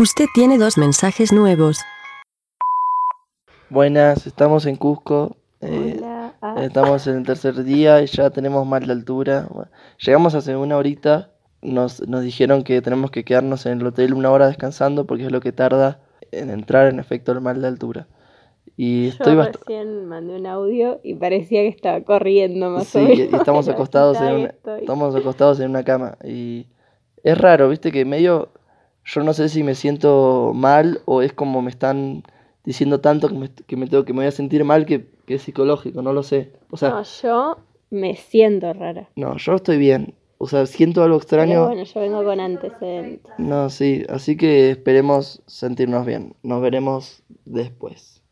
Usted tiene dos mensajes nuevos. Buenas, estamos en Cusco. eh, Hola, ah, estamos en el tercer día y ya tenemos mal la altura. Bueno, llegamos hace una horita. Nos, nos dijeron que tenemos que quedarnos en el hotel una hora descansando porque es lo que tarda en entrar en efecto el mal de altura. Y yo estoy bastante. recién mandé un audio y parecía que estaba corriendo más Sí, o y- menos. y estamos la acostados en ciudad que una- estoy. Estamos acostados en una cama y es raro, viste que medio yo no sé si me siento mal o es como me están diciendo tanto que me, que me tengo que me voy a sentir mal que, que es psicológico, no lo sé. O No, sea, yo me siento rara. no, yo estoy bien. O sea, siento algo Pero extraño. bueno, yo vengo con antecedentes. No, sí, así que esperemos sentirnos bien. Nos veremos después.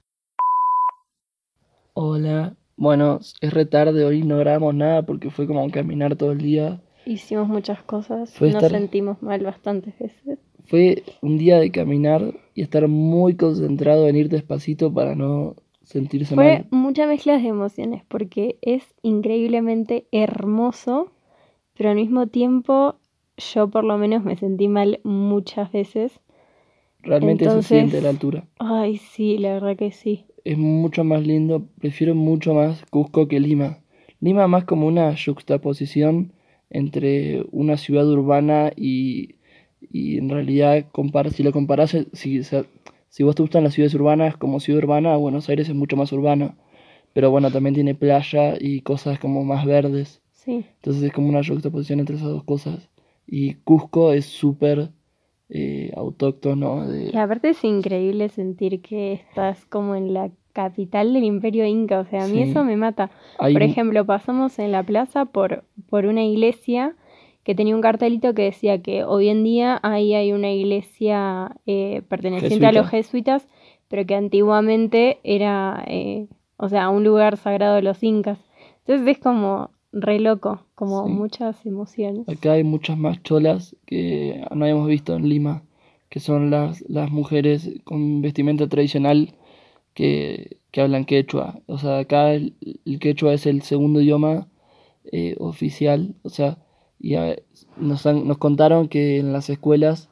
Hola. Bueno, es retarde, hoy no grabamos nada porque fue como caminar todo el día. Hicimos muchas cosas, Fue nos estar- sentimos mal bastantes veces. Fue un día de caminar y estar muy concentrado en ir despacito para no sentirse Fue mal. muchas mezclas de emociones porque es increíblemente hermoso, pero al mismo tiempo yo por lo menos me sentí mal muchas veces. Realmente se entonces- siente la altura. Ay, sí, la verdad que sí. Es mucho más lindo, prefiero mucho más Cusco que Lima. Lima más como una juxtaposición entre una ciudad urbana y, y en realidad compar- si lo comparás, eh, si, si vos te gustan las ciudades urbanas como ciudad urbana, Buenos Aires es mucho más urbana. Pero bueno, también tiene playa y cosas como más verdes. Sí. Entonces es como una juxtaposición entre esas dos cosas. Y Cusco es súper eh, autóctono. de- Y aparte es increíble sentir que estás como en la capital del imperio inca, o sea, a mí Sí. eso me mata. hay Por un- ejemplo, pasamos en la plaza por, por una iglesia que tenía un cartelito que decía que hoy en día ahí hay una iglesia eh, perteneciente a los jesuitas, pero que antiguamente era, eh, o sea, un lugar sagrado de los incas. Entonces es como re loco, como Sí. muchas emociones. Acá hay muchas más cholas que no habíamos visto en Lima, que son las, las mujeres con vestimenta tradicional que, que hablan quechua. O sea, acá el, el quechua es el segundo idioma eh, oficial. O sea, y a- nos, han- nos contaron que en las escuelas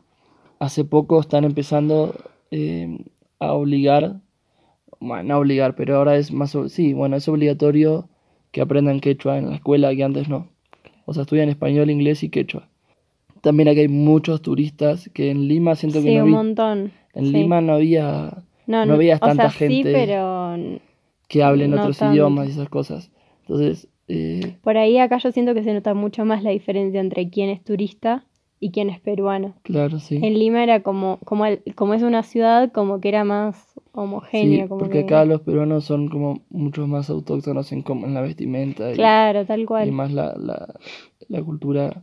hace poco están empezando eh, a obligar, bueno, no obligar, pero ahora es más, ob- sí, bueno, es obligatorio que aprendan quechua en la escuela que antes no. O sea, estudian español, inglés y quechua. También aquí hay muchos turistas que en Lima siento que Sí, no un vi- montón. en sí. Lima no había no veías tanta o sea, gente. Sí, pero que hablen No otros tanto. idiomas y esas cosas. Entonces, eh, Por ahí acá yo siento que se nota mucho más la diferencia entre quién es turista y quién es peruano. claro, sí. En Lima era como, como, el- como es una ciudad, como que era más Sí, homogéneo. como porque que- acá los peruanos son como muchos más autóctonos en, cómo- en la vestimenta y, Claro, tal y cual. más la, la, la cultura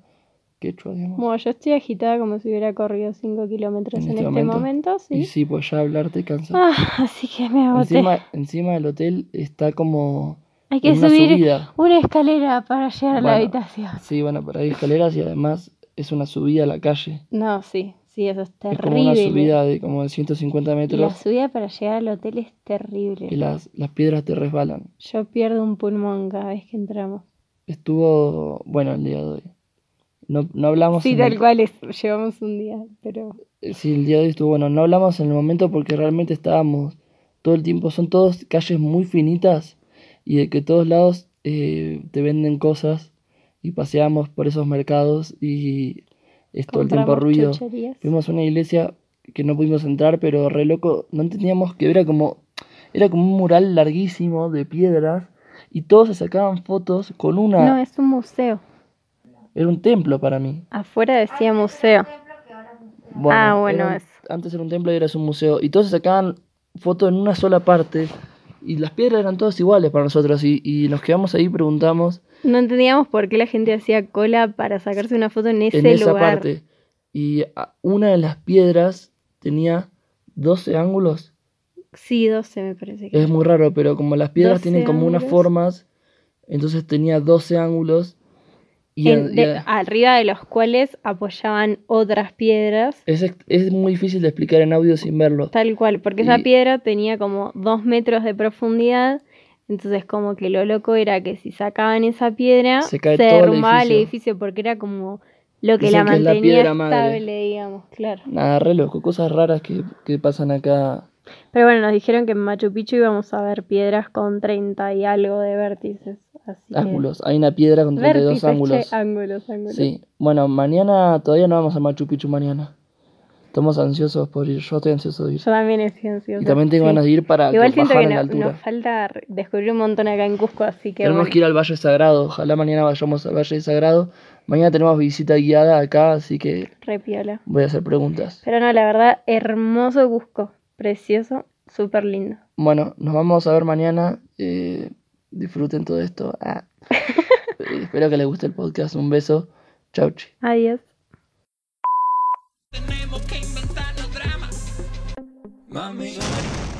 quechua, digamos. Bueno, yo estoy agitada como si hubiera corrido 5 kilómetros en, este momento, Y sí. sí, pues ya hablar te cansa. Ah, así que me agoté. encima, encima el hotel está como Hay que en una subir subida. una escalera para llegar a la Bueno. habitación. Sí, bueno, pero hay escaleras y además es una subida a la calle. No, sí, sí, eso es Es terrible. como una subida de como de 150 Y la metros subida para llegar al hotel es terrible. y las, las piedras te resbalan. Yo pierdo un pulmón cada vez que entramos. Estuvo bueno el día de hoy. No, no hablamos. Sí, en tal el, cual, es- llevamos un día, pero sí, eh, el día de hoy estuvo bueno. No hablamos en el momento porque realmente estábamos todo el tiempo. Son todas calles muy finitas y de que todos lados eh, te venden cosas y paseamos por esos mercados y es todo el tiempo compramos ruido. chucherías. Fuimos a una iglesia que no pudimos entrar, pero re loco, no entendíamos que era como, era como un mural larguísimo de piedras y todos se sacaban fotos con una. No, es un museo. Era un templo para mí. Afuera decía museo. Ah, bueno, era un- eso. Antes era un templo y ahora es un museo. Y todos se sacaban fotos en una sola parte. Y las piedras eran todas iguales para nosotros. Y, y nos quedamos ahí y preguntamos No entendíamos por qué la gente hacía cola para sacarse una foto en ese en esa lugar. parte. Y a- una de las piedras tenía 12 ángulos. Sí, 12 me parece que. Es muy raro, pero como las piedras 12 tienen como unas ángulos. formas, entonces tenía 12 ángulos. Y, En- a- y de- a- arriba de los cuales apoyaban otras piedras. es, ex- es muy difícil de explicar en audio sin verlo. Tal cual, porque esa Y- piedra tenía como dos metros de profundidad, entonces como que lo loco era que si sacaban esa piedra Se cae todo el derrumbaba el edificio. edificio porque era como lo que la Dicen que es la mantenía piedra madre. estable, digamos, claro. Nada, re loco, cosas raras que, que pasan acá. Pero bueno, nos dijeron que en Machu Picchu íbamos a ver piedras con 30 y algo de vértices. Así que- este, Ángulos. Hay una piedra con 32 Vértices, che, ángulos. ángulos, ángulos. Sí, bueno, mañana todavía no vamos a Machu Picchu mañana. Estamos ansiosos por ir, yo estoy ansioso de ir. Yo también estoy ansiosa. Y también tengo Sí. ganas de ir para Igual siento bajar que en la no- altura. nos falta re- descubrir un montón acá en Cusco, así que tenemos bueno. que ir al Valle Sagrado, ojalá mañana vayamos al Valle Sagrado. Mañana tenemos visita guiada acá, así que re piola. voy a hacer preguntas. Pero no, la verdad, hermoso Cusco. Precioso, súper lindo. Bueno, nos vamos a ver mañana. eh, disfruten todo esto. Ah. Eh, Espero que les guste el podcast. Un beso. Chau, chi. Adiós. Mami,